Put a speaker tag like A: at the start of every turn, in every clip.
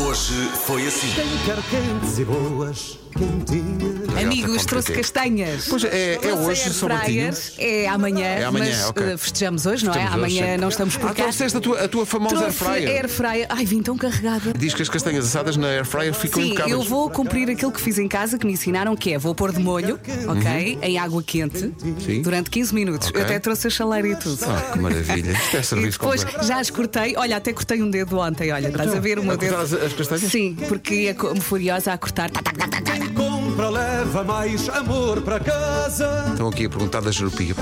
A: Hoje foi assim.
B: Carcantes e boas, quentinhas.
C: Amigos, trouxe
D: Ponto
C: castanhas.
D: É Pois é, é
C: Trouxe
D: hoje,
C: air
D: são
C: fryer.
D: latinhos?
C: É amanhã,
D: É amanhã,
C: mas
D: ok.
C: eh, festejamos hoje, não é?
D: Festejamos hoje,
C: Amanhã
D: sim.
C: não estamos por
D: Ah,
C: cá.
D: trouxeste a tua, a tua famosa air
C: Trouxe
D: fryer.
C: air fryer. Ai, vim tão carregada.
D: Diz que as castanhas assadas na air fryer ficam
C: Sim,
D: impecáveis.
C: eu vou cumprir aquilo que fiz em casa que me ensinaram, que é vou pôr de molho, ok? Em água quente
D: Uhum. Sim.
C: durante 15 minutos.
D: Ok.
C: Eu até trouxe a chaleira e tudo.
D: Ah, que maravilha. Isto é
C: E
D: serviço
C: depois
D: completo. Então,
C: já as cortei, olha, até cortei um dedo ontem, olha, estás a ver o meu
D: a Tá,
C: dedo.
D: cortar as- as castanhas?
C: Sim, porque ia como furiosa a cortar.
B: Quem compra leva mais amor para casa.
D: Estão aqui a perguntar da jerupia.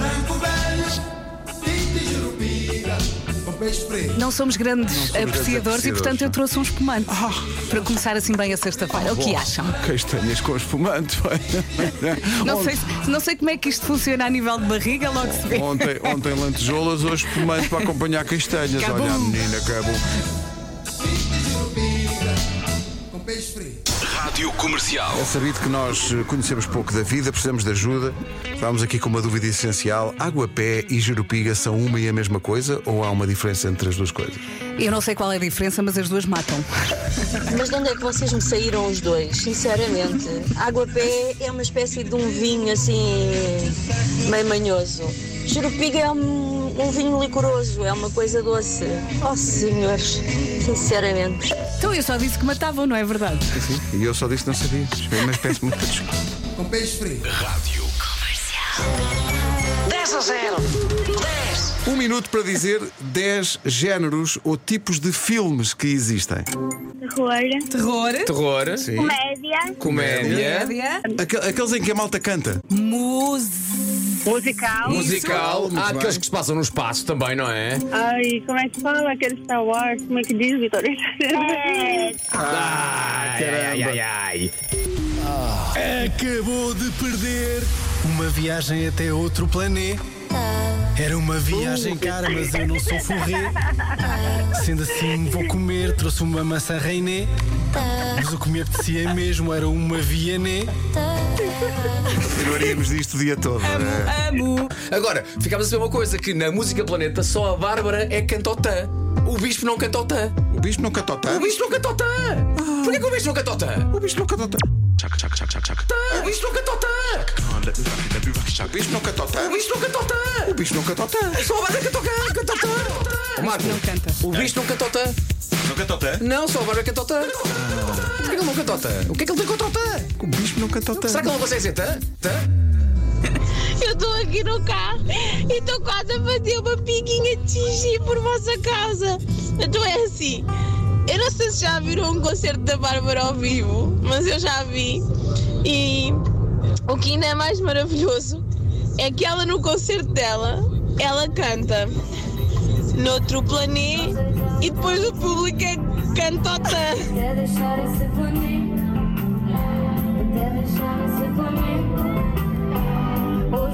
C: Não somos grandes apreciadores e,
D: apreciadores,
C: portanto, eu
D: não.
C: trouxe um espumante para começar assim bem a sexta-feira. o que acham?
D: Castanhas com espumante. olha.
C: Não sei,
D: Ontem-
C: se- não sei como é que isto funciona a nível de barriga, logo se vê.
D: Ontem, ontem lentejoulas, hoje espumante para acompanhar castanhas.
C: Cabum.
D: Olha a menina, acabou.
A: Rádio Comercial.
D: É sabido que nós eh, conhecemos pouco da vida, precisamos de ajuda. Estávamos aqui com uma dúvida essencial. Água pé e jerupiga são uma e a mesma coisa ou há uma diferença entre as duas coisas?
C: Eu não sei qual é a diferença, mas as duas matam.
E: Mas de onde é que vocês me saíram os dois? Sinceramente, água-pé é uma espécie de um vinho assim meio manhoso. Jurupiga é um, um vinho licoroso, é uma coisa doce. Oh senhores, sinceramente.
C: Então eu só disse que matavam, não é verdade?
D: Sim. E eu só disse que não sabia. Isto É uma espécie muito desculpa.
F: 10 a 0. 10.
D: Um minuto para dizer 10 géneros ou tipos de filmes que existem.
G: Terror,
C: Terror,
H: Terror,
G: comédia,
H: comédia,
C: comédia,
D: Aquel- Aqueles em que a malta canta.
C: música.
G: musical.
H: musical.
D: Muito
H: Há
D: bem.
H: aqueles que se passam no espaço também, não é?
G: Ai, como é que fala aquele Star Wars? Como é que diz, Vitória? É,
H: Ai, ai, ai, ai.
I: Acabou de perder uma viagem até outro planeta. Era uma viagem cara, mas eu não sou forré. Sendo assim, vou comer. Trouxe uma maçã reiné. Mas o que me apetecia mesmo era uma vianê.
D: Faríamos disto o dia todo. não é?
C: Amo.
H: Agora, ficámos a saber uma coisa: que na música Planeta só a Bárbara é cantotã. O Bispo não cantotã.
D: O bicho não canta o
H: O Bispo não cantotã. Porquê que o Bispo não cantotã?
D: O bicho não canta o
H: O Bispo não cantotã.
D: O bicho não canta o
H: O Bispo não cantotã.
D: O bicho não canta o
H: Só a Bárbara cantotã. Cantotã. Marco,
C: Não canta.
H: o Bispo não cantotã.
A: Não canta o pé?
H: um Não, só a Bárbara cantotã. Porquê que ele não cantotã? O que é que ele tem contra o tã?
D: O bicho não canta o
H: Será que ele não consegue ser assim, tã? Tã?
J: Eu estou aqui no carro e estou quase a fazer uma piquinha de xixi por vossa causa. Então é assim. Eu não sei se já viram um concerto da Bárbara ao vivo, mas eu já vi. E o que ainda é mais maravilhoso é que ela no concerto dela, ela canta noutro planeta e depois o público é cantota.
G: Até deixar esse planeta, até deixar esse planeta.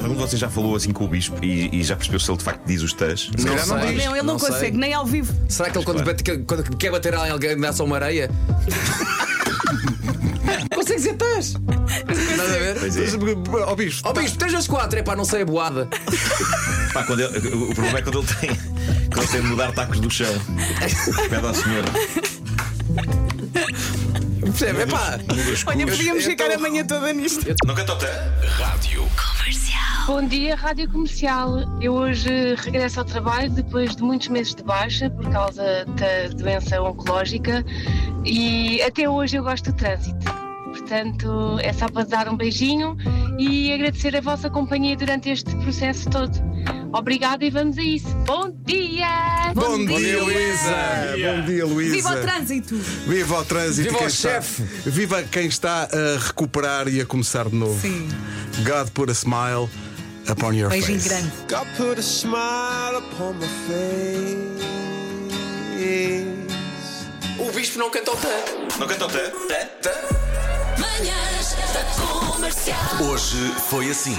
A: Algum de vocês já falou assim com o bispo e, e já percebeu se ele de facto diz os tãs?
H: Não
D: calhar não
H: sei.
C: Não, ele não,
H: sei.
C: consegue, nem ao vivo.
H: Será que ele quando, bate- que- quando quer bater a alguém dá só uma areia? Consegue dizer tás? Estás a ver?
A: Pois é.
D: Ó bicho.
H: Ó bicho, tens as quatro, é pá, não sei a boada.
A: Pá, quando ele- o problema é quando ele tem. Quando ele tem de mudar tacos do chão. Pede ao senhor.
H: Percebe? É pá.
C: Olha, podíamos
H: eu
C: ficar
H: tô-
C: a manhã toda nisto.
A: Não canta o pé? Rádio.
J: Bom dia, Rádio Comercial. Eu hoje regresso ao trabalho depois de muitos meses de baixa por causa da doença oncológica e até hoje eu gosto do trânsito. Portanto, é só para dar um beijinho e agradecer a vossa companhia durante este processo todo. Obrigada e vamos a isso. Bom dia!
D: Bom dia,
C: dia,
D: Luísa! Bom dia, Luísa!
C: Viva o trânsito.
D: Viva o trânsito!
H: Viva
D: quem
H: o
D: está-
H: chefe.
D: Viva quem está a recuperar e a começar de novo.
C: Sim.
D: God put a smile upon your
C: Beijinho
D: face.
C: grande.
I: God put a smile upon my face.
H: O bispo não canta o tã.
A: Não canta o pé?
H: Tã?
A: Hoje foi assim.